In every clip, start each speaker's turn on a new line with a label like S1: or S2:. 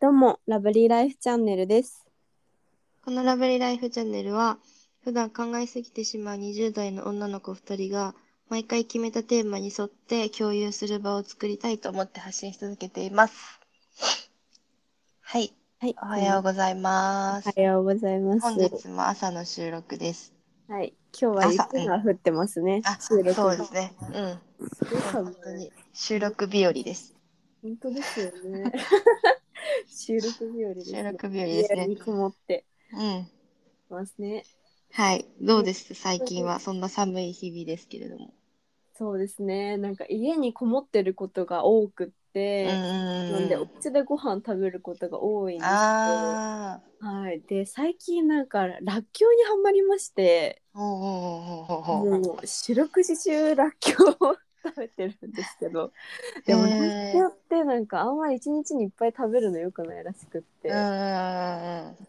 S1: どうも、ラブリーライフチャンネルです。
S2: このラブリーライフチャンネルは、普段考えすぎてしまう20代の女の子2人が、毎回決めたテーマに沿って共有する場を作りたいと思って発信し続けています。はい、
S1: はい、
S2: おはようございます。
S1: おはようございます。
S2: 本日も朝の収録です。
S1: はい、今日は雪が降ってますね。
S2: あ、そ
S1: 収
S2: う
S1: 録
S2: で
S1: 日
S2: すね。うん。本当に収録日和です。
S1: 本当ですよね。 収録日和です
S2: 収
S1: ね。
S2: 録日和
S1: 家
S2: ですね
S1: に。曇って
S2: うん。
S1: ますね。
S2: はい。どうです最近は。そんな寒い日々ですけれども。
S1: そうですね。なんか家にこもってることが多くっ
S2: うん
S1: て、
S2: うん
S1: なんで
S2: う
S1: お
S2: ん。
S1: 家でご飯食べることが多いんですけど、は
S2: ああ。
S1: い。で、最近なんからっきょうにはまりまして、
S2: おうおうおうおうおうおう
S1: もう四六時中らっきょうを食べてるんですけどでも
S2: へ
S1: らっ
S2: ー
S1: きょうってなんかあんまり一日にいっぱい食べるのよくないらしくって、
S2: うんうん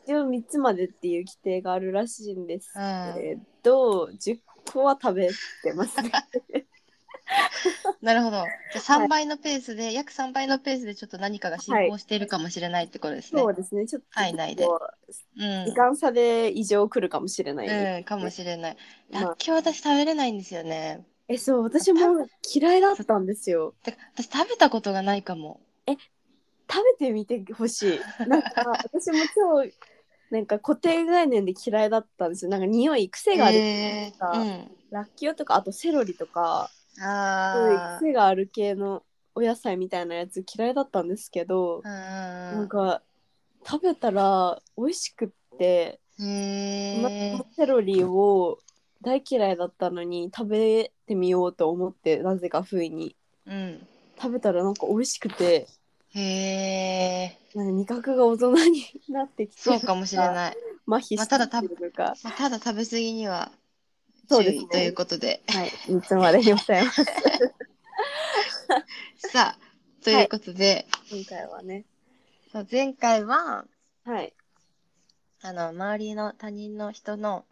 S1: 一応3つまでっていう規定があるらしいんです
S2: うんうん
S1: けど、10個は食べてます ね
S2: なるほど。じゃあ3倍のペースで、約3倍のペースでちょっと何かが進行しているかもしれないってことですね。
S1: そうですねちょっと
S2: 体内で
S1: こう時間差で異常来るかもしれない、
S2: うん、うん、かもしれない。
S1: まあ
S2: らっきょう私食べれないんですよね。
S1: えそう私も嫌いだったんですよ
S2: てか私食べたことがないかも。
S1: 食べてみてほしい。なんか私も今日なんか固定概念で嫌いだったんですよ。なんか匂い癖がある、
S2: えー
S1: ラッキョウとかあとセロリとか
S2: うん、
S1: そういう
S2: あー
S1: 癖がある系のお野菜みたいなやつ嫌いだったんですけど、
S2: うん
S1: な
S2: うん
S1: か食べたら美味しくって、
S2: んへー
S1: まセロリを大嫌いだったのに食べてみようと思ってなぜか不意に
S2: うん
S1: 食べたらなんか美味しくて
S2: へー
S1: なんか味覚が大人になってきて
S2: そうかもしれない。
S1: 麻痺
S2: まあ
S1: して
S2: ただ
S1: きてるというか。
S2: まあ、ただ食べ過ぎには
S1: そうで
S2: 注
S1: すね
S2: 意ということで。
S1: はい、いつまでにご ざいます。
S2: さあ、ということで、
S1: 今回はね。
S2: そう前回は
S1: はい。
S2: あの周りの他人の人の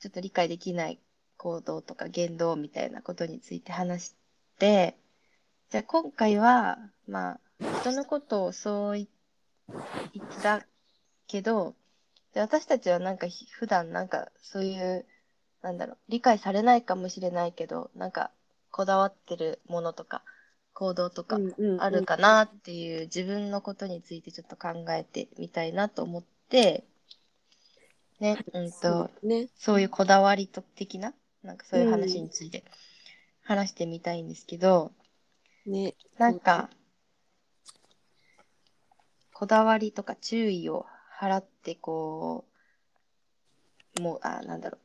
S2: ちょっと理解できない行動とか言動みたいなことについて話してじゃあ今回はまあ人のことをそうい言ったけどで私たちはなんかひ普段なんかそういうなんだろう理解されないかもしれないけどなんかこだわってるものとか行動とか
S1: うんうんうん
S2: あるかなっていう自分のことについてちょっと考えてみたいなと思って、ね、うんと、
S1: ね。
S2: そういうこだわりと的な、なんかそういう
S1: う
S2: 話
S1: ん
S2: について話してみたいんですけど、
S1: ね。
S2: なんか、こだわりとか注意を払って、こう、もう、あ、なんだろう、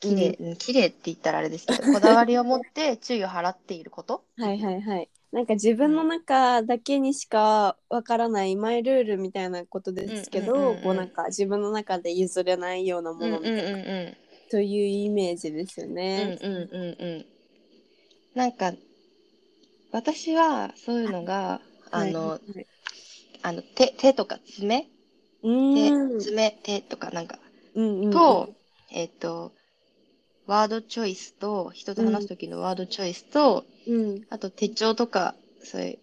S2: 綺麗、うん綺麗って言ったらあれですけど、こだわりを持って注意を払っていること
S1: はいはいはい。なんか自分の中だけにしかわからないマイルールみたいなことですけ
S2: うんうん
S1: ど、
S2: うんうん
S1: こうなんか自分の中で譲れないようなものみたいな
S2: うん。
S1: というイメージですよね。
S2: うんうんうんうん。なんか、私はそういうのが、あの、
S1: はいはいはい
S2: あの手、手とか爪、
S1: う
S2: 手、
S1: ん
S2: 爪、手とかなんか、
S1: うんうん。
S2: と、えっ、と、ワードチョイスと、人と話す時のワードチョイスと、
S1: うん
S2: あと手帳とか、そうい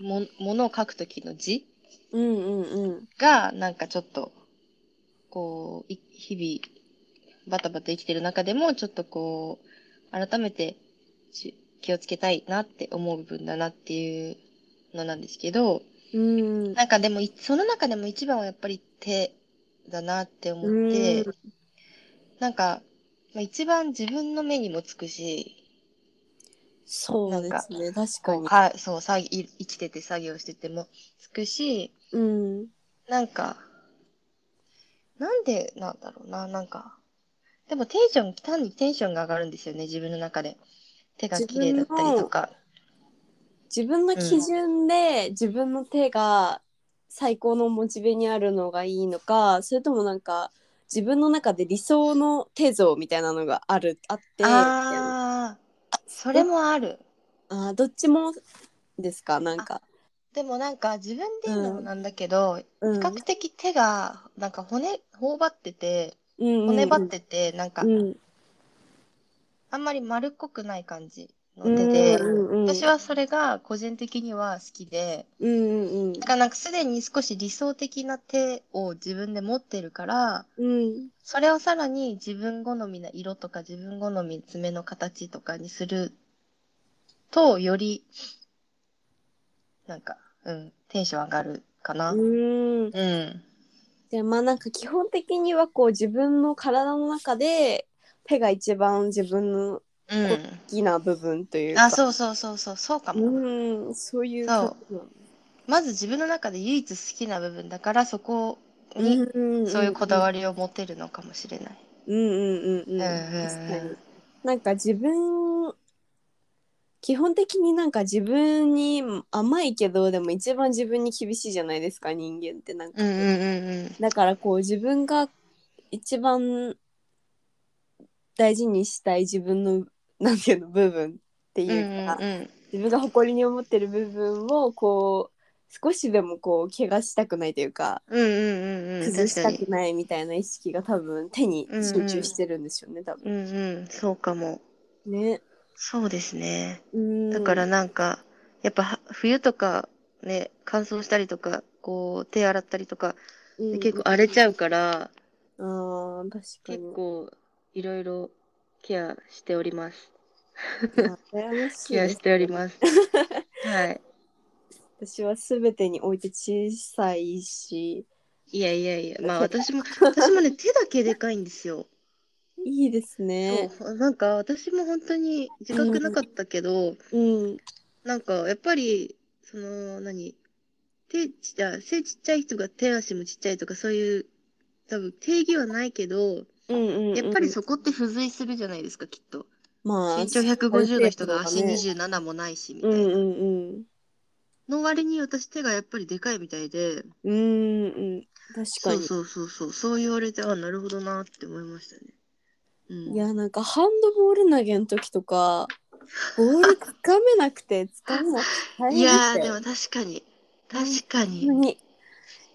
S2: う、も、ものを書く時の字
S1: うんうんうん。
S2: が、なんかちょっと、こう、い日々、バタバタ生きてる中でも、ちょっとこう、改めてし気をつけたいなって思う部分だなっていうのなんですけど、
S1: うん。
S2: なんかでもい、その中でも一番はやっぱり手だなって思って
S1: う、
S2: なんか、まあ、一番自分の目にもつくし、
S1: そうですね。確か
S2: こう
S1: に。
S2: かそうさい生きてて作業しててもつくし、
S1: うん。
S2: なんか、なんでなんだろうな、なんか。でもテンション、単にテンションが上がるんですよね、自分の中で。手が綺麗だったりとか。
S1: 自分の基準で自分の手が最高のモチベにあるのがいいのかそれともなんか自分の中で理想の手像みたいなのがあるあってあ
S2: ああ、それもある。
S1: あーどっちもですかなんか。
S2: でもなんか自分で言うのも
S1: うん
S2: なんだけど、
S1: うん
S2: 比較的手が、なんか骨、頬張ってて、
S1: うんうん
S2: 骨張ってて、なんか
S1: う、ん
S2: あんまり丸っこくない感じの手で、
S1: うんうんうん
S2: 私はそれが個人的には好きで、
S1: うんうん
S2: だからなんかすでに少し理想的な手を自分で持ってるから、
S1: うん
S2: それをさらに自分好みな色とか自分好み爪の形とかにすると、より、なんか、うん、テンション上がるかな。うん。
S1: うんでまあなんか基本的にはこう自分の体の中で手が一番自分の
S2: うん。
S1: 好きな部分というか
S2: あ、そうそうそうそう、そうかも。
S1: うんそういう
S2: そう
S1: ことなの
S2: まず自分の中で唯一好きな部分だから、そこに
S1: に
S2: そういうこだわ
S1: り。
S2: りを持てるのかもしれない。
S1: うんうんうんうん。
S2: うんう
S1: 確
S2: ん
S1: かに。なんか自分基本的になんか自分に甘いけどでも一番自分に厳しいじゃないですか人間ってなんか、
S2: うんうんうん
S1: だからこう自分が一番大事にしたい自分のなんていうの部分っていう
S2: うん。
S1: か、
S2: うんうん
S1: 自分が誇りに思ってる部分をこう少しでもこう怪我したくないというか
S2: うんうんうんうん。
S1: 崩
S2: 確
S1: し
S2: か
S1: た
S2: に
S1: く。ないみたいな意識が多分手に集中してるんですよね、多分
S2: うんうん、そうかも。
S1: ね。
S2: そうですね。
S1: うん
S2: だからなんか、やっぱは冬とかね、乾燥したりとか、こう手洗ったりとか、
S1: うん
S2: 結構荒れちゃうから、
S1: あー確か
S2: 結
S1: に
S2: 構いろいろケアしております。
S1: 羨ましい
S2: ケアしております。 はい。
S1: 私は全てにおいて小さいし
S2: いやいやいや、 まあ私も、私もね、手だけでかいんです よ。
S1: いいですね
S2: そう、なんか私も本当に自覚なかったけど、
S1: うん
S2: なんか、やっぱり、その、何、手ち、あ、背ちっちゃい人が手足もちっちゃいとか、そういう、多分定義はないけど、
S1: うんうん、うん、
S2: やっぱりそこって付随するじゃないですか、きっと。
S1: まあ
S2: 身長150の人が
S1: そうい
S2: 足
S1: う程度はね
S2: 27もないし、みた
S1: うん
S2: いな。
S1: うんうん
S2: の割に私手がやっぱりでかいみたいで、
S1: うんうん確か
S2: そう
S1: に
S2: そうそうそう、そう言われて、あ、なるほどなって思いましたね。うん。
S1: いやなんかハンドボール投げの時とかボールつかめなくてつかめなくて大変
S2: い
S1: でした
S2: やー、
S1: よ
S2: でも確かに、確かに。
S1: 本当に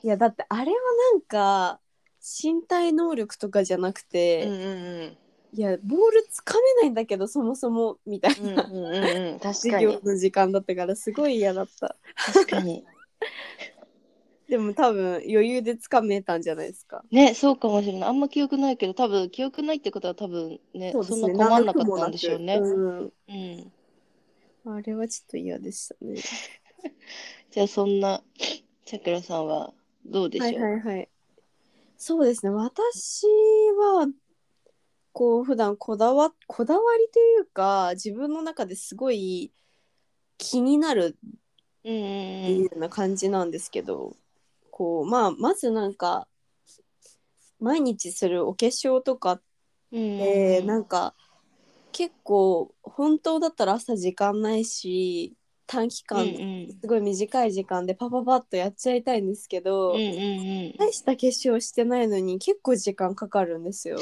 S1: いやだってあれはなんか身体能力とかじゃなくて、
S2: うんうん
S1: いやボールつかめないんだけどそもそもみたい
S2: うん。
S1: な、
S2: うんうんうんうん、確
S1: 授
S2: か
S1: 業
S2: に。
S1: の時間だったからすごい嫌だった
S2: 確かに。
S1: でも多分余裕でつかめたんじゃないですか
S2: ね、そうかもしれない。あんま記憶ないけど、多分記憶ないってことは多分ね、そんな困んなかったんでしょうね。
S1: 何の
S2: う
S1: 苦もなく
S2: ん。
S1: うん、あれはちょっと嫌でしたね
S2: じゃあそんな、さくらさんはどうで
S1: はい
S2: しょ
S1: は
S2: う
S1: いはいそうですね私はこう普段こだわこだわりというか自分の中ですごい気になる
S2: うんう
S1: っていうんような感じなんですけど、こうまあまずなんか毎日するお化粧とかっ
S2: うん。うん
S1: て、
S2: うん
S1: なんか結構本当だったら朝時間ないし短期
S2: うんう
S1: 間、
S2: ん
S1: すごい短い時間でパパパッとやっちゃいたいんですけど、
S2: うんうん
S1: 大した化粧してないのに結構時間かかるんです よ。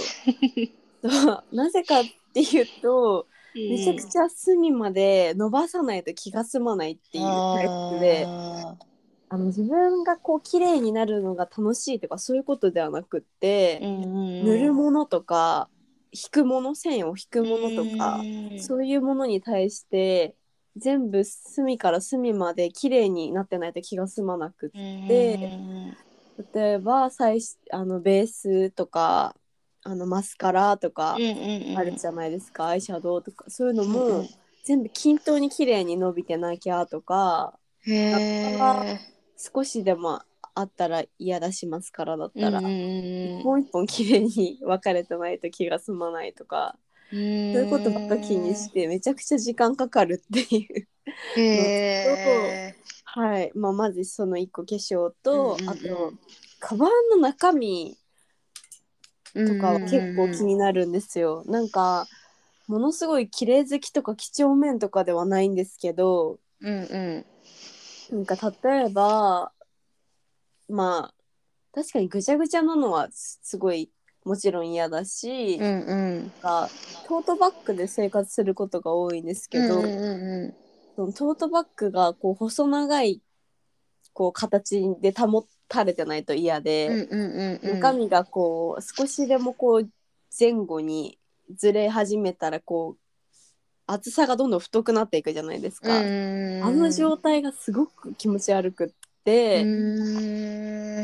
S1: そうなぜかっていうと
S2: うん。
S1: めちゃくちゃ隅まで伸ばさないと気が済まないっていうタイプで。
S2: あ
S1: あの自分がこう綺麗になるのが楽しいとかそういうことではなくっ
S2: ーう
S1: て、
S2: んうんうん
S1: 塗るものとか引くもの線を引くものと
S2: う
S1: か、
S2: ん
S1: そういうものに対して全部隅から隅まで綺麗になってないと気が済まなくってで
S2: うん
S1: 例えば最初あのベースとかあのマスカラとか
S2: うんうん
S1: あるじゃないですか、アイシャドウとかそういうの
S2: うんう
S1: も
S2: ん
S1: 全部均等に綺麗に伸びてなきゃとか。
S2: へえ。
S1: 少しでもあったら嫌だしますからだっ
S2: うん
S1: たら、
S2: うんうん
S1: もう一本綺麗に分かれてないと気が済まないとか、
S2: そ
S1: そ
S2: う
S1: う
S2: い
S1: いうことばっか気にしてめちゃくちゃ時間かかるっていう
S2: て。へえ。
S1: はい、 まあ、まずその一個化粧と、
S2: うんうんうん
S1: あとカバンの中身とかは結構気になるんですよ、なんかものすごい綺麗好きとか几帳面とかではないんですけど
S2: うんうん
S1: なんか例えばまあ確かにぐちゃぐちゃなのはすすごいもちろん嫌だし、
S2: うん
S1: なん
S2: うん
S1: かトートバッグで生活することが多いんですけど、
S2: うんうん
S1: そのトートバッグがこう細長いこう形で保たれてないと嫌
S2: うんうん
S1: で、
S2: うんうんうん
S1: 中身がこう少しでもこう前後にずれ始めたらこう厚さがどんどん太くなっていくじゃないです
S2: う
S1: か、
S2: ん
S1: あの状態がすごく気持ち悪くって、
S2: う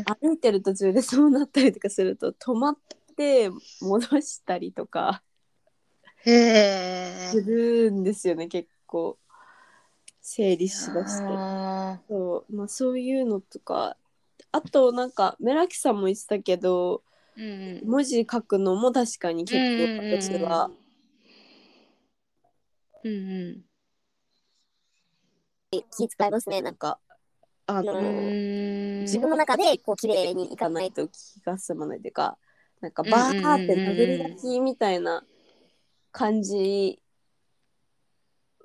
S2: ん
S1: 歩いてる途中でそうなったりとかすると止まって戻したりとか
S2: へえ
S1: するんですよね結構整理しだして
S2: あ
S1: そう,、まあ、そういうのとかあとなんか村木さんも言ってたけど
S2: ーうん
S1: 文字書くのも確かに結
S2: うんうんうん
S1: 構私は
S2: うんうん
S1: 気遣いますねなんかあの、
S2: うん
S1: 自分の中でこう綺麗にいかないと気が済まないというかなんかバーって殴り書きみたいな感じ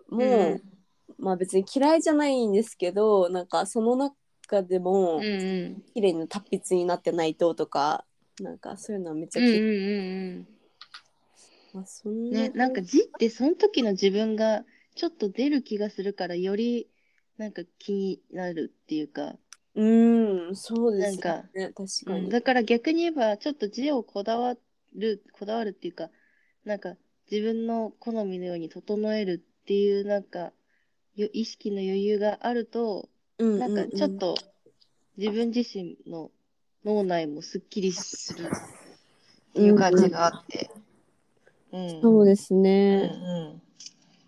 S1: も、
S2: うん
S1: まあ別に嫌いじゃないんですけどなんかその中でも
S2: うんうん
S1: 綺麗に達筆になってないととかなんかそういうのはめっちゃ
S2: うんうん
S1: 気
S2: うんうん
S1: まあそんな
S2: ね、なんか字ってその時の自分がちょっと出る気がするからよりなんか気になるっていうか、
S1: うんそうです
S2: な
S1: よ
S2: んか
S1: ね確か
S2: うん
S1: に、
S2: だから逆に言えばちょっと字をこだわるこだわるっていうかなんか自分の好みのように整えるっていうなんかよ意識の余裕があると
S1: うん
S2: なんかちょっ
S1: うん
S2: と自分自身の脳内もすっきりするっていう感じがあって。う
S1: うん
S2: ん
S1: そうです
S2: う
S1: ね、
S2: ん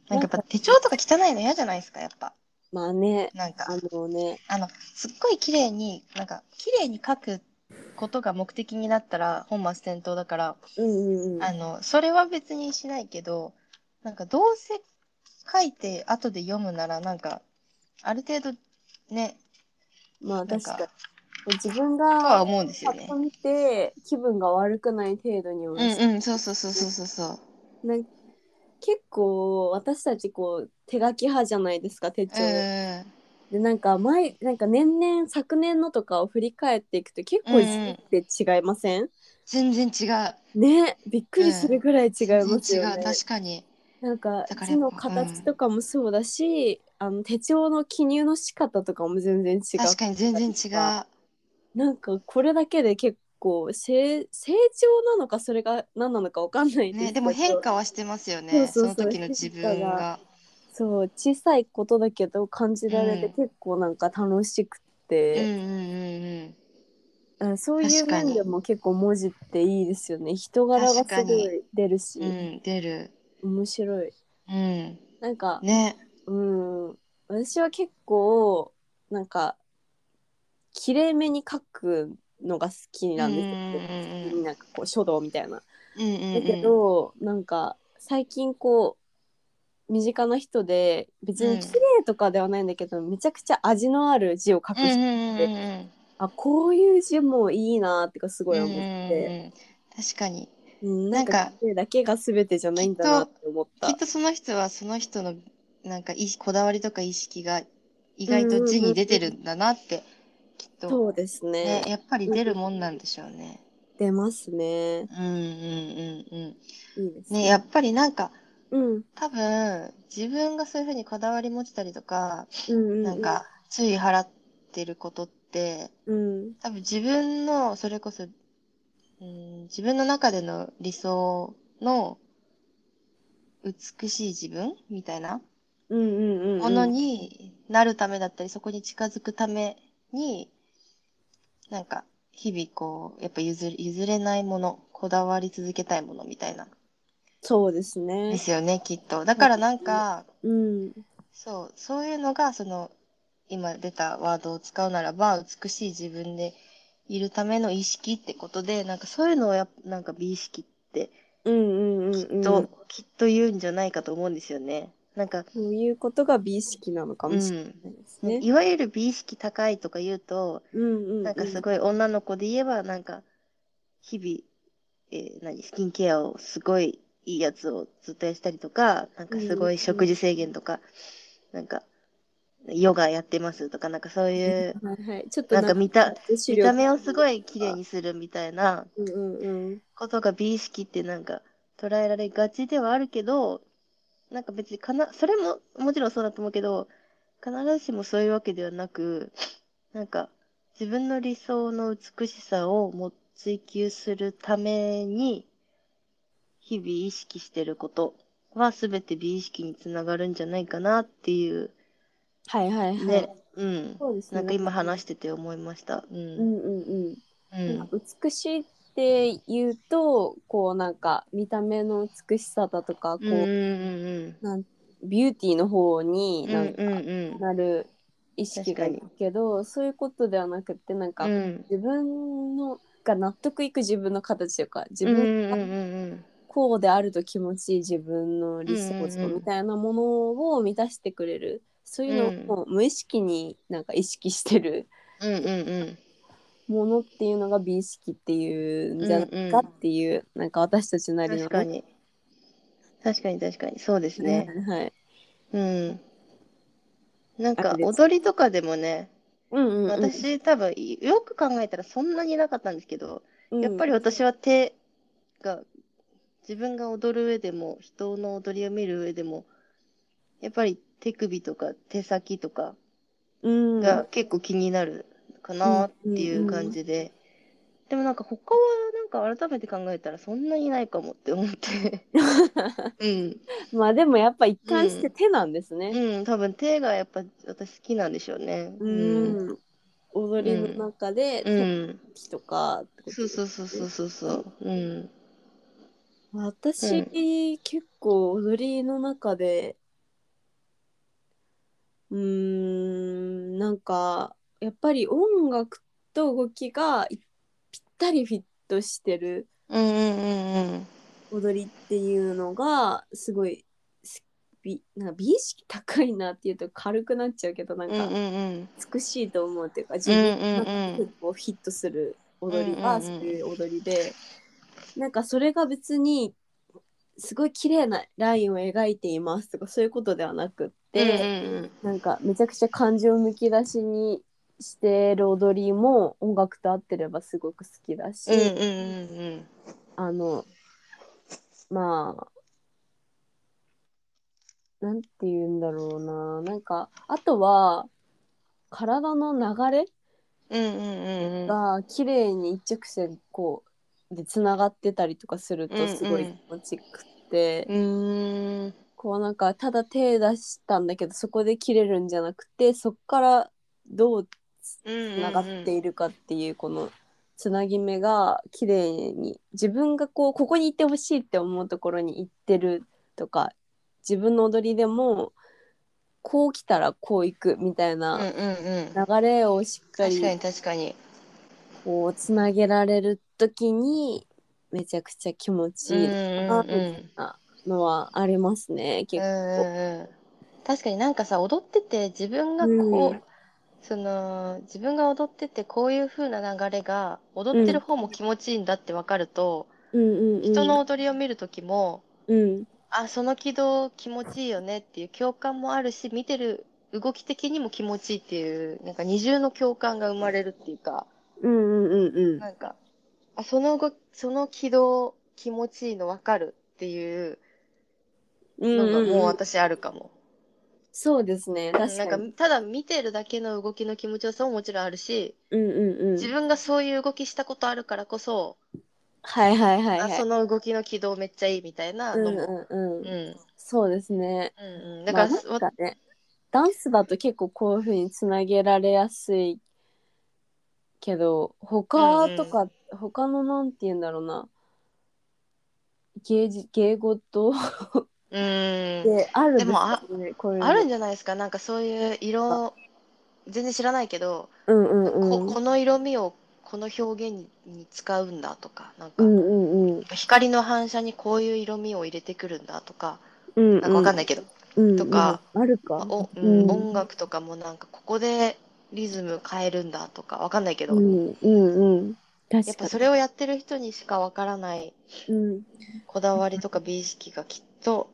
S2: なんかやっぱ手帳とか汚いの嫌じゃないですか、やっぱ。
S1: まあね
S2: なんか
S1: あ、のね
S2: あの、すっごい綺麗に、なんか、綺麗に書くことが目的になったら本末転倒だから、
S1: うんうんうん
S2: あの、それは別にしないけど、なんかどうせ書いて後で読むなら、なんか、ある程度ね、
S1: まあ
S2: な
S1: 確
S2: んか
S1: かに自分
S2: とは
S1: が
S2: 思うんですよね。
S1: 見て気分が悪くない程度には、
S2: うんうん、そうそうそうそうそうそう。
S1: なん結構私たちこう手書き派じゃないですか手帳、
S2: うん。
S1: でなんか前なんか年々昨年のとかを振り返っていくと結構時期って違いません、
S2: 全然違う。
S1: ねびっくりするぐらい違いますよね、
S2: 全然違う、確かに。
S1: なんか
S2: だから
S1: 字の形とかもそうだし、あの手帳の記入の仕方とかも全然違う
S2: 確かに全然違う。
S1: なんかこれだけで結構成成長なのかそれが何なのかわかんない
S2: ね、
S1: け
S2: で
S1: ど
S2: も変化はしてますよね。
S1: そ
S2: そう
S1: そうそう
S2: の時の自分
S1: 変化が
S2: が。
S1: そう小さいことだけど感じられて
S2: うん
S1: 結構なんか楽しく
S2: うんうん
S1: て、
S2: うん
S1: うんそういう
S2: 確かに
S1: 面でも結構文字っていいですよね人柄がす
S2: 確
S1: ご
S2: かに
S1: い出るし、
S2: うん。うん、出る。
S1: 面白い
S2: うん。
S1: なんか、
S2: ね。
S1: うん私は結構なんかきれいめに書くのが好きなんですよ、
S2: うんうんうん
S1: なんかこう書道みたいな
S2: うんうんう
S1: だ
S2: ん。
S1: けど、なんか最近こう身近な人で別に綺麗とかではないんだけど、めちゃくちゃ味のある字を書く
S2: うんう
S1: 人、
S2: んうんうん
S1: あこういう字もいいなってかすご
S2: うん。
S1: い
S2: うん
S1: 思
S2: う
S1: っ
S2: ん
S1: て、
S2: うん。確かに。
S1: うんな
S2: なんん
S1: か
S2: か
S1: 綺麗だけが全てじゃないんだなって思っ。
S2: きったとその人はその人のなんかいいこだわりとか意識が意外と字に出てるんだなって、きっと、
S1: そうですね
S2: ね、やっぱり出るもんなんでしょうね。
S1: 出ますね。
S2: うんうんうん
S1: いいです
S2: うん。ね、
S1: ね。
S2: やっぱりなんか
S1: うん
S2: 多分自分がそういうふうにこだわり持ってたりとか、
S1: うんうん、
S2: なんか注意払ってることって
S1: うん
S2: 多分自分のそれこそ、うん、自分の中での理想の美しい自分みたいな
S1: うんうんうんうん
S2: ものになるためだったり、そこに近づくためになんか日々こうやっぱ譲り譲れないものこだわり続けたいものみたいな
S1: そうです
S2: で
S1: ね。
S2: すよねきっとだからなんか
S1: うん
S2: そうそういうのがその今出たワードを使うならば美しい自分でいるための意識ってことでなんかそういうのをやっぱなんか美意識って
S1: うんうんうん
S2: きっ
S1: うん。
S2: と、きっと言うんじゃないかと思うんですよね。なんか、
S1: そういうことが美意識なのかもしれないですね。
S2: いわゆる美意識高いとか言うと
S1: うんうんうん、
S2: なんかすごい女の子で言えばなんか日々、えー何スキンケアをすごいいいやつをずっとやったりとかなんかすごい食事制限とか、なんかヨガやってますとかなんかそういう
S1: はいはい、ちょっと
S2: なんか見た見た目をすご
S1: い。
S2: い綺麗にするみたいな
S1: うんうんうん。
S2: ことが美意識ってなんか捉えられがちではあるけどなんか別にかなそれももちろんそうだと思うけど必ずしもそういうわけではなくなんか自分の理想の美しさをも追求するために日々意識してることは全て美意識につながるんじゃないかなっていう
S1: はいはいはい。
S2: ね、うん、
S1: そうですね。
S2: なんか今話してて思いました。う、
S1: うんんうんうん。
S2: う
S1: なん
S2: ん、
S1: か美しいって言うとこうなんか見た目の美しさだとかこ
S2: う
S1: う、
S2: ん、うん、
S1: ビューティーの方に
S2: うん、うん、う
S1: なん
S2: ん
S1: か、なる意識がい
S2: 確
S1: くけど、そういうことではなくてなんか
S2: うん、
S1: 自分のが納得いく自分の形というか自
S2: うん、うん、
S1: 分
S2: うん、
S1: がこうであると気持ちいい自分の理想像みたいなものを満たしてくれるそういうのを無意識になんか意識してる
S2: うん、うん、
S1: ものっていうのが美意識っていうんじゃないかっていう、なんか私たちなりの
S2: 確かに。確かに、確かに、そうですね。
S1: はい、
S2: うん。なん
S1: あ
S2: か
S1: れです
S2: 踊りとかでもね、
S1: うんうんうん、
S2: 私多分よく考えたらそんなになかったんですけど、
S1: うん
S2: やっぱり私は手が自分が踊る上でも人の踊りを見る上でもやっぱり手首とか手先とか
S1: うん
S2: が結構気になるかなっていう感じで、でもなんか他はなんか改めて考えたらそんなにないかもって思って、うん、
S1: まあでもやっぱ一貫して手なんですね。
S2: うん、多分手がやっぱ私好きなんでしょうね。
S1: うん踊りの中で
S2: う
S1: 手
S2: ん、
S1: つきとかってこと
S2: そうそうそうそうそうそう、うん、
S1: 私、結構踊りの中でうーんなんかやっぱり音楽と動きがぴったりフィットしてる
S2: うんうんうんうん
S1: 踊りっていうのがすごいす美なんか美意識高いなっていうと軽くなっちゃうけどなん
S2: うんうん
S1: か
S2: うん
S1: 美しいと思うっていうか自
S2: うん
S1: 分
S2: うんうん
S1: 結構ヒットする踊りが
S2: うん
S1: そ
S2: うん
S1: う
S2: うん
S1: いう踊りでなんかそれが別にすごい綺麗なラインを描いていますとかそういうことではなくって、
S2: うんうん
S1: なんかめちゃくちゃ感情むき出しにしてる踊りも音楽と合ってればすごく好きだし、
S2: うんうんうんうん
S1: あのまあなんて言うんだろうななんかあとは体の流れ
S2: うんうんうん
S1: が綺麗に一直線こうでつながってたりとかする
S2: うんう
S1: と
S2: ん
S1: すごい気持ちよくって、
S2: うーん
S1: こうなんかただ手出したんだけどそこで切れるんじゃなくてそこからどうつながっているかっていうこのつなぎ目が綺麗に自分がこうここに行ってほしいって思うところに行ってるとか自分の踊りでもこう来たらこう行くみたい
S2: うんうん
S1: な
S2: うん
S1: 流れをしっかり
S2: 確かに確かに
S1: こうつなげられる時にめちゃくちゃ気持ちいいなみ
S2: うんうんう
S1: たい
S2: ん
S1: なのはありますね結
S2: うんうんうん確かになんかさ踊ってて自分がこう、
S1: うん
S2: その自分が踊っててこういう風な流れが踊ってる方も気持ちいいんだって分かると、
S1: 構、うんうんうん、
S2: 人の踊りを見る時も、
S1: うん
S2: あその軌道気持ちいいよねっていう共感もあるし見てる動き的にも気持ちいいっていうなんか二重の共感が生まれるっていうか
S1: うんうんうんうん
S2: なんかあその動きその軌道気持ちいいの分かるっていう
S1: うん
S2: のが
S1: うん
S2: もう
S1: うん
S2: 私あるかも。
S1: そうですね確か
S2: な
S1: に
S2: んかただ見てるだけの動きの気持ちよさももちろんあるし、
S1: うんうんうん
S2: 自分がそういう動きしたことあるからこそ、
S1: はいはいはい
S2: あ
S1: はい
S2: その動きの軌道めっちゃいいみたいな
S1: うん
S2: の
S1: う
S2: も、
S1: ん
S2: うん
S1: う
S2: うんん
S1: そうですね
S2: うん、だから、
S1: まあなん
S2: わ
S1: かねダンスだと結構こういうふうにつなげられやすいけど他とか、他のなんて言うんだろうな芸術芸事
S2: うん
S1: であるんです
S2: でもあ
S1: よねこういうの
S2: あるんじゃないですかなんかそういう色全然知らないけど、
S1: うんうんうん
S2: ここの色味をこの表現にに使うんだとかなんか、
S1: うんうんうん
S2: 光の反射にこういう色味を入れてくるんだとか
S1: うん
S2: なんかわかんないけど、
S1: うん
S2: とか
S1: うんあるか
S2: おうん
S1: うん
S2: 音楽とかもなんかここでリズム変えるんだとかわかんないけど、
S1: うんうんうん
S2: や
S1: 確
S2: っ
S1: か
S2: ぱ
S1: に
S2: それをやってる人にしかわからない
S1: うん
S2: こだわりとか美意識がきっと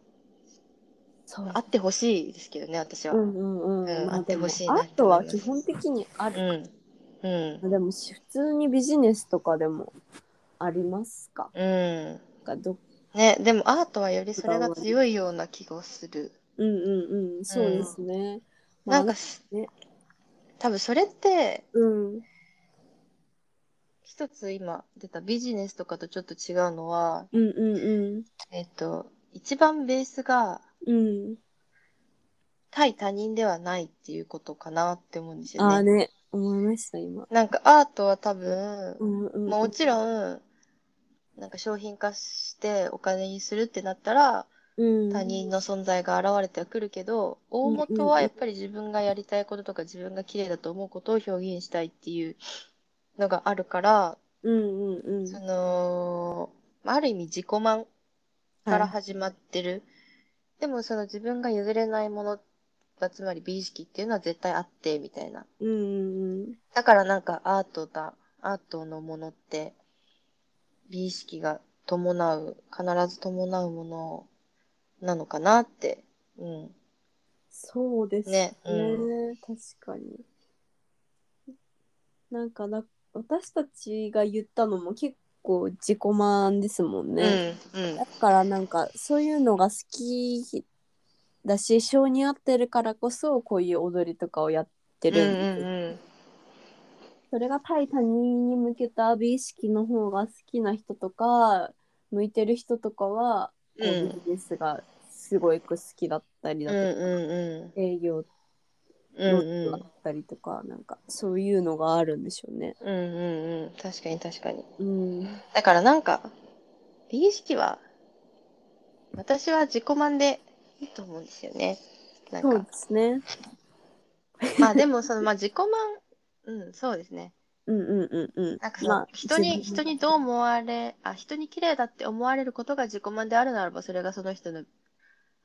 S1: そう
S2: あってほしいですけどね私は。
S1: うんうんうん、
S2: うん
S1: ま
S2: あってほしい
S1: でも
S2: な
S1: アートは基本的にあ
S2: う
S1: る、
S2: ん、うん、
S1: でもし普通にビジネスとかでもありますか
S2: うん
S1: かど
S2: ね、でもアートはよりそれが強いような気がする。
S1: うんうんうんそうですね、ま
S2: な
S1: あ
S2: んかす、
S1: ね
S2: 多分それって
S1: うん
S2: 一つ今出たビジネスとかとちょっと違うのは、
S1: うんうんうん
S2: えっと、一番ベースが
S1: うん。
S2: 対他人ではないっていうことかなって思うんです
S1: あ
S2: よ
S1: あ
S2: ね。
S1: ね、思いました、今。
S2: なんかアートは多分、
S1: うんうん、
S2: もちろん、なんか商品化してお金にするってなったら、
S1: うん、
S2: 他人の存在が現れてはくるけど、大元はやっぱり自分がやりたいこととか自分が綺麗だと思うことを表現したいっていうのがあるから、
S1: うんうんうん。
S2: その、まあある意味自己満から始まってる。でもその自分が譲れないものが、つまり美意識っていうのは絶対あって、みたいな。
S1: うんうんうん。
S2: だからなんかアートだ、アートのものって、美意識が伴う、必ず伴うものなのかなって。うん。
S1: そうですね
S2: ね。う
S1: 確かに。なんかな、私たちが言ったのも結構自己満ですもんね。
S2: うん、うん
S1: だ。からなんか、そういうのが好きだし、性に合ってるからこそ、こういう踊りとかをやってるんですよね
S2: うんうん
S1: それが対他人に向けた美意識の方が好きな人とか向いてる人とかは、こう
S2: うん
S1: ビジネスがすごく好きだったり
S2: うん
S1: だ
S2: う
S1: とか、
S2: ん
S1: 営業
S2: うんうん
S1: の
S2: うん
S1: だったりとか、なんかそういうのがあるんでしょうね。
S2: うんうん確かに確かに
S1: うん、
S2: だからなんか美意識は私は自己満でいいと思うんですよねなん
S1: そうで
S2: か
S1: すね。
S2: まあでもそのまあ自己満うんそうですね
S1: うんうんうんうん。
S2: なんかその人に人にどう思われあ人に綺麗だって思われることが自己満であるならばそれがその人の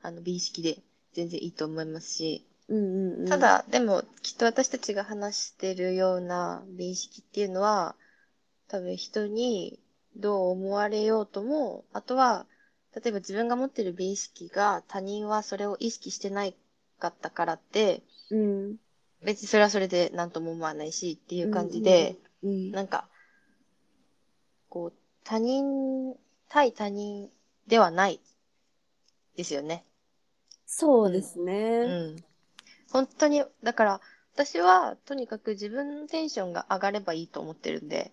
S2: あの美意識で全然いいと思いますし
S1: うんうんうん、
S2: た、だ、でも、きっと私たちが話してるような美意識っていうのは、多分人にどう思われようとも、あとは、例えば自分が持ってる美意識が他人はそれを意識してないかったからって、
S1: うん
S2: 別にそれはそれで何とも思わないしっていう感じで、
S1: うん、
S2: なんか、こう、他人、対他人ではないですよね。
S1: そうですね。
S2: うん本当に、だから、私は、とにかく自分のテンションが上がればいいと思ってるんで、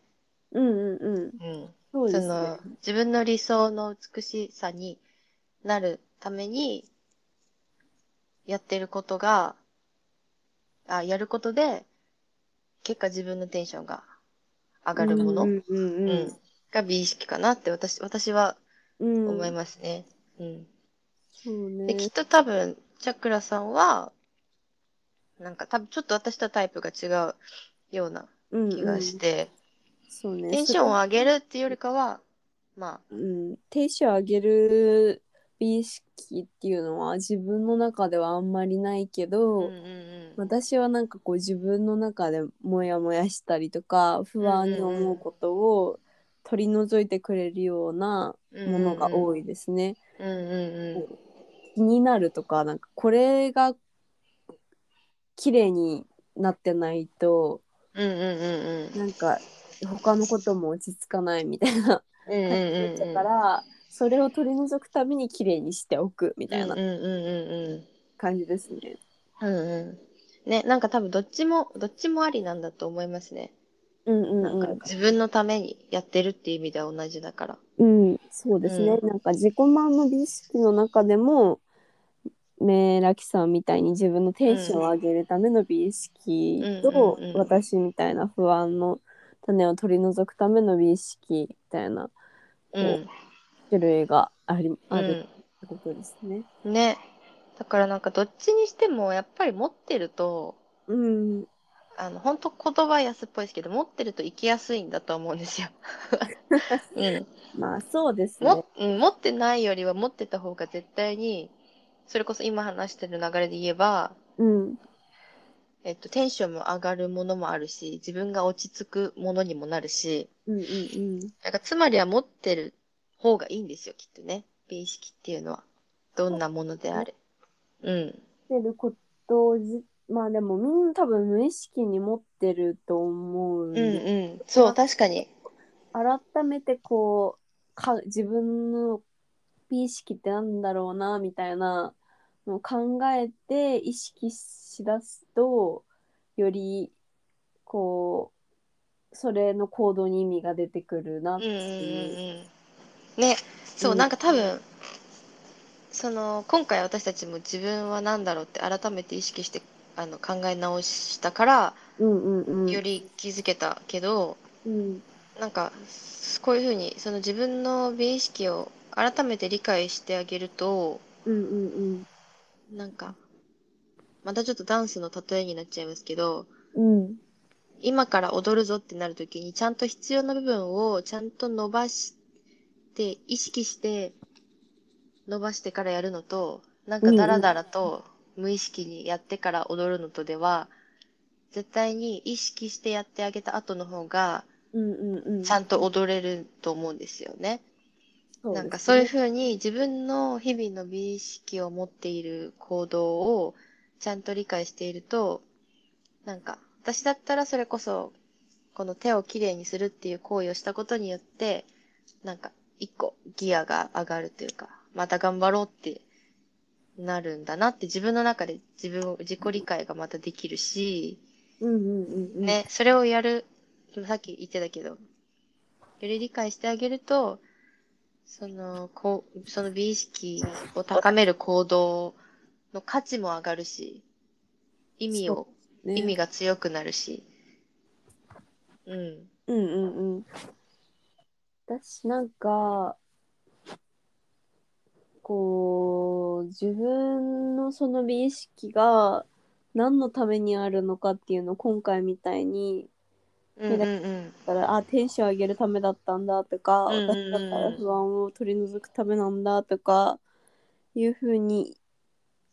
S1: うんうんうん。そうで
S2: そ
S1: すね
S2: の。、自分の理想の美しさになるために、やってることが、あ、やることで、結果自分のテンションが上がるもの、
S1: うんうん
S2: う
S1: うん
S2: んが美意識かなって私、私は
S1: うん。
S2: 思いますね。うん
S1: す。そうね
S2: で、。きっと多分、チャクラさんは、なんか多分ちょっと私とはタイプが違うような
S1: うん
S2: 気がし、て、
S1: うん、そうね。
S2: テンションを上げるっていうよりかは、ま
S1: うん、テンション上げる美意識っていうのは自分の中ではあんまりないけ
S2: あ、
S1: ど、
S2: うんうんうん
S1: 私はなんかこう自分の中でモヤモヤしたりとか不安に思うことを取り除いてくれるような
S2: うんうん
S1: ものが多いですね。
S2: うんうんうん
S1: 気になるとかなんかこれが綺麗になってないと
S2: うんうんうん
S1: なんか他のことも落ち着かないみたいな
S2: うんうんうん
S1: だからそれを取り除くために綺麗にしておくみたい
S2: うん
S1: な
S2: うんうんうん
S1: 感じですね。
S2: うんうんねなんか多分どっちもどっちもありなんだと思いますね、
S1: うんうん
S2: なん
S1: う
S2: か
S1: ん。
S2: 自分のためにやってるっていう意味では同じだから
S1: うん、そうですね。
S2: うん
S1: なんか自己満の美意識の中でも、メラキさんみたいに自分のテンションを上げるための美意識と、
S2: うんうんうんうん
S1: 私みたいな不安の種を取り除くための美意識みたいな
S2: うん、
S1: 種類があり、あ
S2: う
S1: る
S2: ん
S1: ってことですね。
S2: ね。だからなんかどっちにしてもやっぱり持ってると、
S1: うん。
S2: あの、本当言葉安っぽいですけど、持ってると生きやすいんだと思うん ですよ。うん。
S1: まあそうですね
S2: も。、うん、持ってないよりは持ってた方が絶対に、それこそ今話してる流れで言えば、
S1: うん。
S2: えっと、テンションも上がるものもあるし、自分が落ち着くものにもなるし、
S1: うんうんうん。
S2: なんかつまりは持ってる方がいいんですよ、きっとね。美意識っていうのは。どんなものであれ。うん。
S1: 持ってることをじまあでもみんな多分無意識に持ってると思う、
S2: うんうん。そう、確かに。
S1: 改めてこうか自分の美意識ってなんだろうなみたいなのを考えて意識しだすとよりこうそれの行動に意味が出てくるなっ
S2: う
S1: て
S2: んうんうん
S1: いう。
S2: うんねそう、
S1: うん
S2: なんか多分その今回私たちも自分は何だろうって改めて意識してあの考え直したから
S1: うんうんうん
S2: より気づけたけど、
S1: うん
S2: なんかこういうふうにその自分の美意識を改めて理解してあげると
S1: うんうん
S2: なんかまたちょっとダンスの例えになっちゃいますけど
S1: うんうん
S2: 今から踊るぞってなるときにちゃんと必要な部分をちゃんと伸ばして意識して伸ばしてからやるのとなんかダラダラと無意識にやってから踊るのとでは絶対に意識してやってあげた後の方が
S1: うんうんうん
S2: ちゃんと踊れると思うんですよね。
S1: そうですね
S2: なんかそういうふうに自分の日々の美意識を持っている行動をちゃんと理解していると、なんか私だったらそれこそこの手をきれいにするっていう行為をしたことによって、なんか一個ギアが上がるというか、また頑張ろうってなるんだなって自分の中で自分を、自己理解がまたできるし、
S1: うんうんうんうん
S2: ね、それをやる、さっき言ってたけど、より理解してあげると、その、こう、その美意識を高める行動の価値も上がるし、意味を、
S1: ね
S2: 意味が強くなるし、うん。
S1: うんうんうん。私なんかこう自分のその美意識が何のためにあるのかっていうのを今回みたいに
S2: うんうんうん。
S1: だからあテンション上げるためだったんだとか、
S2: うんうんうん
S1: 私だったら不安を取り除くためなんだとかいうふうに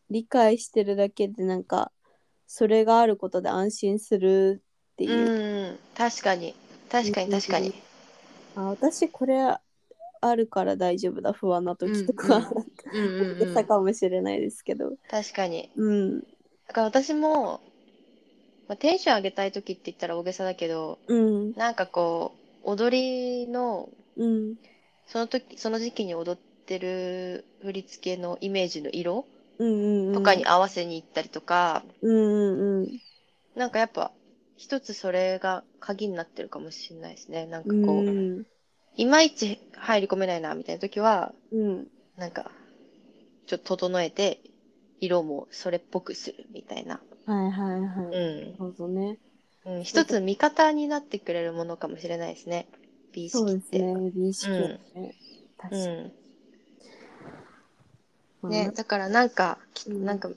S1: 理解してるだけでなんかそれがあることで安心するっていうう。
S2: ん、確かに。確かに確かに。
S1: あ私これあるから大丈夫だ不安な時と
S2: うん
S1: か
S2: うんうん
S1: 言っ
S2: うん
S1: た。かもしれないですけど
S2: 確かに。
S1: うん
S2: だから私も、まあ、テンション上げたい時って言ったら大げさだけど、
S1: うん
S2: なんかこう、踊りの、
S1: うん
S2: その時、その時期に踊ってる振り付けのイメージの色
S1: うんうん
S2: とかに合わせに行ったりとか、
S1: うんうん
S2: なんかやっぱ、一つそれが鍵になってるかもしれないですね。なんか
S1: う
S2: こう、
S1: ん
S2: いまいち入り込めないな、みたいな時は、
S1: うん
S2: なんか、ちょっと整えて、色もそれっぽくするみたいな。
S1: はいはいは
S2: う
S1: い
S2: ん。
S1: なるほどね
S2: うん、一つ味方になってくれるものかもしれないですね。美意識
S1: そ
S2: っ
S1: う
S2: て。
S1: ですね美意識ね確か
S2: うん。
S1: に
S2: ね、だからなんか、き
S1: うん
S2: なんか、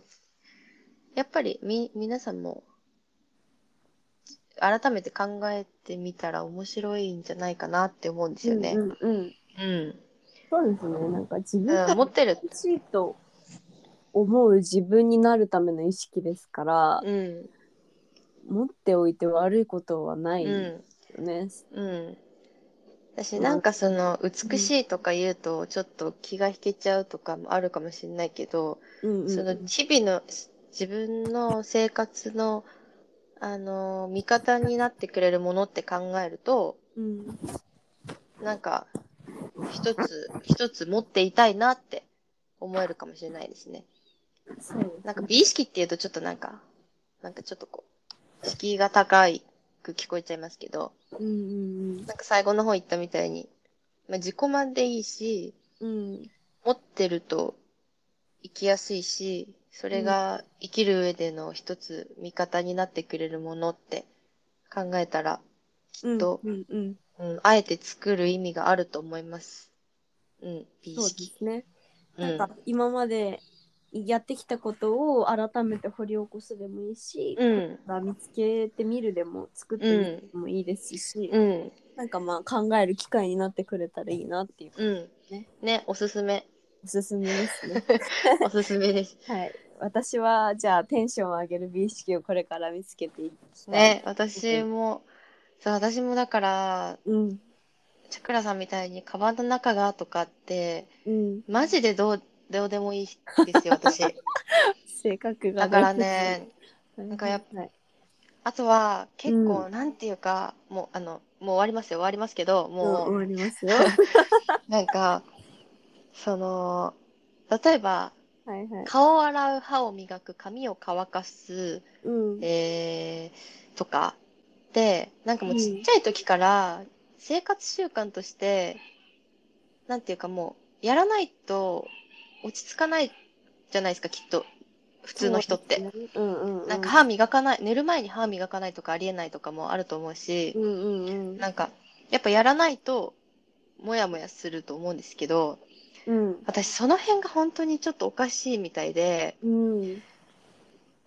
S2: やっぱりみ、皆さんも、改めて考えてみたら面白いんじゃないかなって思うんですよね。
S1: うんうんうん
S2: うん。
S1: そうですねなんか自分
S2: うん、
S1: が
S2: 持ってる。
S1: 欲しいと思う自分になるための意識ですから
S2: うん。
S1: 持っておいて悪いことはな
S2: う
S1: いで
S2: ん。
S1: すよね
S2: うん。私なんかその、美しいとか言うと、ちょっと気が引けちゃうとかもあるかもしれないけど、
S1: うんうん
S2: その日々の自分の生活の、あの、味方になってくれるものって考えると、
S1: うん
S2: なんか、一つ、一つ持っていたいなって思えるかもしれないですね。
S1: そう
S2: なんか美意識っていうとちょっとなんか、なんかちょっとこう、敷居が高いく聞こえちゃいますけど、
S1: うんうん
S2: なんか最後の方言ったみたいに、まあ、自己満でいいし、
S1: うんうん
S2: 持ってると生きやすいし、それが生きる上での一つ味方になってくれるものって考えたら、きっと、
S1: うんうん
S2: うん、あえて作る意味があると思います。うん、美意
S1: そう
S2: 識
S1: で。すね、
S2: う
S1: なんか今までやってきたことを改めて掘り起こすでもいいし、
S2: うん。
S1: 見つけてみるでも作ってみるでもいいですし、
S2: うん。
S1: なんかまあ考える機会になってくれたらいいなっていう
S2: うん。
S1: ね
S2: ねおすすめ。
S1: おすすめです ね
S2: おすすめ です。
S1: はい私はじゃあテンションを上げる美意識をこれから見つけていきたい、
S2: ね、私も、そう、私もだから、
S1: うん
S2: チャクラさんみたいに、カバンの中がとかって、
S1: うん
S2: マジでどう、どうでもいいですよ、 私。
S1: 性格が
S2: だから ね、
S1: なん
S2: かやっ
S1: ぱ
S2: あとは、結構、
S1: う
S2: なんていうか、もう、あの、もう終わりますよ、終わりますけど、も
S1: 終
S2: う、
S1: わりますよ
S2: なんか、その、例えば、
S1: はいはい
S2: 顔を洗う、歯を磨く、髪を乾かす、
S1: うん
S2: えー、とかで、なんかもううんちっちゃい時から生活習慣として、なんていうかもう、やらないと落ち着かないじゃないですかきっと普通の人っ
S1: そ
S2: て、
S1: うですねうんうんうん、
S2: なんか歯磨かない寝る前に歯磨かないとかありえないとかもあると思うし
S1: う、んうんうん
S2: なんかやっぱやらないとモヤモヤすると思うんですけど
S1: うん
S2: 私その辺が本当にちょっとおかしいみたいで
S1: うん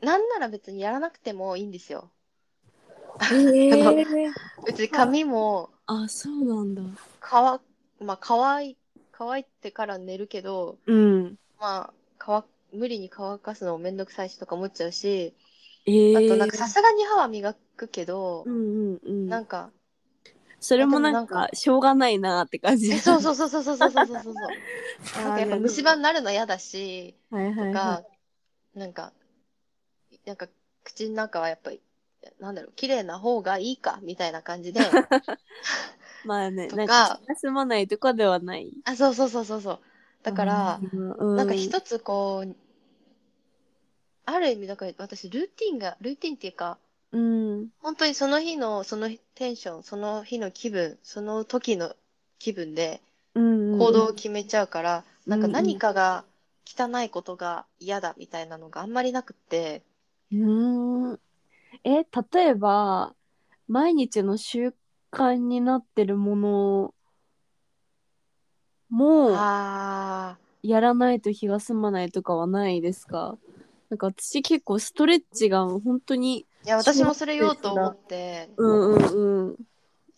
S2: なんなら別にやらなくてもいいんですよ
S1: ええ
S2: 別に髪も
S1: あそうなんだ
S2: 乾まあ乾い乾いてから寝るけど
S1: うん
S2: まあ乾無理に乾かすのもめんどくさいしとか思っちゃうし
S1: ええ
S2: あとなんかさすがに歯は磨くけど
S1: う、んうんう
S2: なんんか
S1: それもなん
S2: あでもな
S1: かしょうがないなって感じ
S2: えそうそうそうそうそうそうそうそうそう
S1: あー
S2: なんかやっぱ虫歯になるの嫌だし
S1: うはいは
S2: と
S1: い
S2: か
S1: は、
S2: なんか、なんか、口の中はやっぱり、なんだろう、綺麗な方がいいか、みたいな 感じで、
S1: いまあね
S2: と
S1: な
S2: か
S1: んか気が済まないとかではない
S2: あ、そうそうそうそうそう。だから、
S1: うん、
S2: なんか一つこう、ある意味、だから私、ルーティンが、ルーティンっていうか、
S1: うん
S2: 本当にその日の、そのテンション、その日の気分、その時の気分で
S1: うん
S2: 行動を決めちゃうから、
S1: うん
S2: なんか何かが汚いことが嫌だみたいなのがあんまりなくって、
S1: うんえ例えば毎日の習慣になってるものも
S2: あ
S1: やらないと気が済まないとかはないですかなんか私結構ストレッチが本当に
S2: ー、いや、私もそれ言おうと思って、
S1: うんうんうん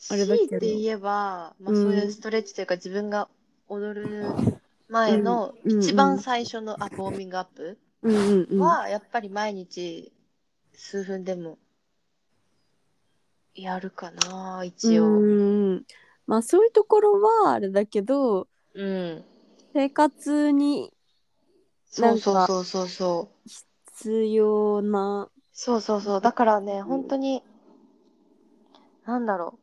S1: あれだけど
S2: 強いて言えば、
S1: う
S2: まあ、
S1: ん
S2: そういうストレッチというか、自分が踊る前の
S1: うんうん
S2: 一番最初のあウォーミングアップ
S1: うんうんうん
S2: はやっぱり毎日数分でもやるかな一
S1: う
S2: 応。
S1: んまあそういうところはあれだけど
S2: うん、
S1: 生活に
S2: そうそうそうそうそう
S1: 必要な
S2: そうそうそうだからね本当になんだろう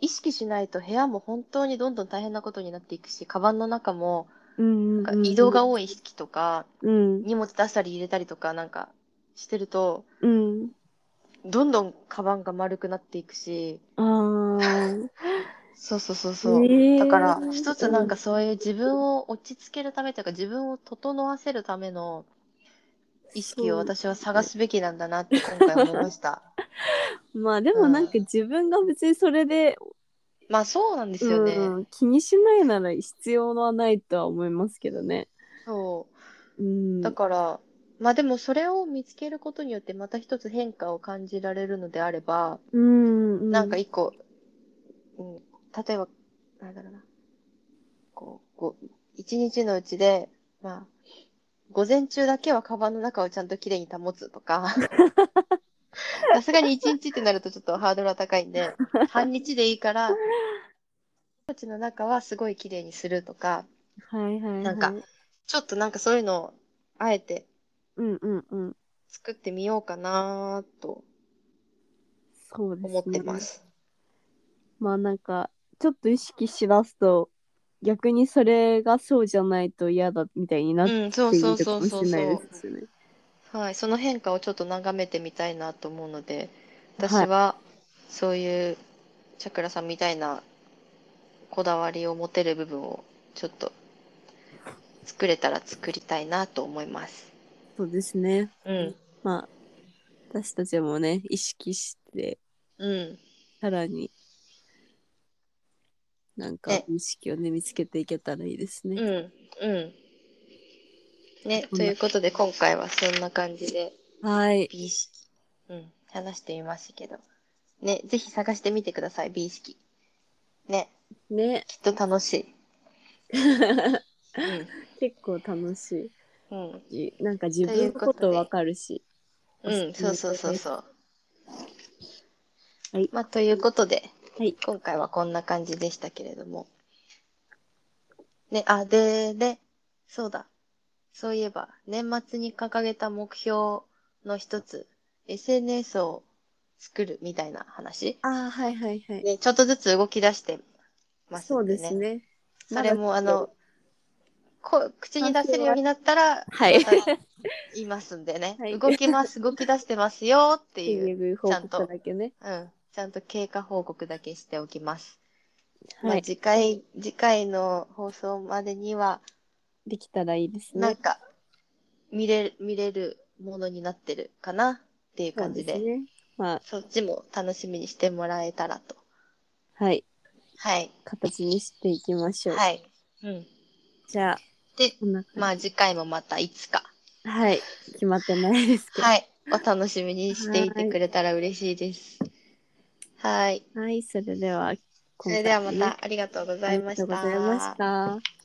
S2: 意識しないと部屋も本当にどんどん大変なことになっていくしカバンの中も
S1: うんうん
S2: な
S1: うんん
S2: か移動が多い日とか、
S1: うん
S2: 荷物出したり入れたりとかなんかしてると
S1: うん
S2: どんどんカバンが丸くなっていくし
S1: あー
S2: そうそうそうそう、
S1: えー
S2: だから一つなんかそういう自分を落ち着けるためというか自分を整わせるための意識
S1: そ
S2: を
S1: う
S2: 私は探すべきなんだなって今回思いました
S1: まあでもなんか自分が別にそれで、
S2: まあそうなんですよね、
S1: うん、気にしないなら必要はないとは思いますけどね。、
S2: そううんだからまあでもそれを見つけることによってまた一つ変化を感じられるのであれば、
S1: うんうん、
S2: なんか一個、うん、例えば、なんだろうな。こう、ご一日のうちで、まあ、午前中だけはカバンの中をちゃんときれいに保つと か、さすがに一日ってなるとちょっとハードルは高いん で、半日でいいから、ポーチの中はすごいきれいにするとか、
S1: はいはいはい、
S2: なんかちょっとなんかそういうのをあえて
S1: うんうんうん、
S2: 作ってみようかなと
S1: そうですね。
S2: 思ってま。す。
S1: まあなんかちょっと意識しだすと逆にそれがそうじゃないと嫌だみたいになっ
S2: う
S1: て
S2: ん、そう
S1: いる
S2: そ
S1: か
S2: うそう
S1: もし
S2: そう
S1: れない
S2: そう。
S1: ですよね。
S2: はい、その変化をちょっと眺めてみたいなと思うので、
S1: はい
S2: 私はそういうチャクラさんみたいなこだわりを持てる部分をちょっと作れたら作りたいなと思います。
S1: そうですね。
S2: うん、
S1: まあ私たちもね意識して
S2: うん、
S1: さらになんか
S2: ね
S1: 意識をね見つけていけたらいいですね。
S2: うん、うん。ね、ということで今回はそんな感じで
S1: はい。
S2: 美意識、うん、話してみましたけど、ね、ぜひ探してみてください、美意識。ね、
S1: ね。
S2: きっと楽 しい。
S1: 結構楽し
S2: うん、うん。
S1: い。なんか自分のことわかるし。
S2: うん、そうそうそうそう。
S1: はい
S2: まあ、ということで、
S1: はい
S2: 今回はこんな感じでしたけれども。ね、あ、で、で、そうだ。そういえば、年末に掲げた目標の一つ、SNS を作るみたいな話。
S1: ああ、はいはいはい。
S2: ね、ちょっとずつ動き出してます
S1: そ
S2: ん
S1: う
S2: で
S1: で
S2: ね。
S1: すね。
S2: それも、あ
S1: まだちょっ
S2: の、こ口に出せるようになったら、
S1: はい。。
S2: また言いますんでね
S1: はい
S2: 動き ます、動き出してますよって
S1: って
S2: いう、
S1: いう報告だけね。
S2: うん、ちゃんと経過報告だけしておきます。
S1: は
S2: まあ、
S1: い。
S2: 次回、次回の放送までには、
S1: できたらいいです
S2: なん
S1: ね。
S2: か、見れ、見れるものになってるかなっていう感じで、
S1: そうすね。ま
S2: そっちも楽しみにしてもらえたらと。
S1: あ、はい。
S2: はい。
S1: 形にしていきましょう。
S2: はい。うん。
S1: じゃあ、
S2: で、
S1: こんな感じ。
S2: まあ次回もまたいつか。
S1: はい。決まってないですけど。
S2: はい。お楽しみにしていてくれたら嬉しいです。はい。
S1: はい。それでは、
S2: それでは
S1: 今回も
S2: ま
S1: ね
S2: たありがとうご
S1: あ
S2: ざい
S1: りが
S2: ました。
S1: とうございました。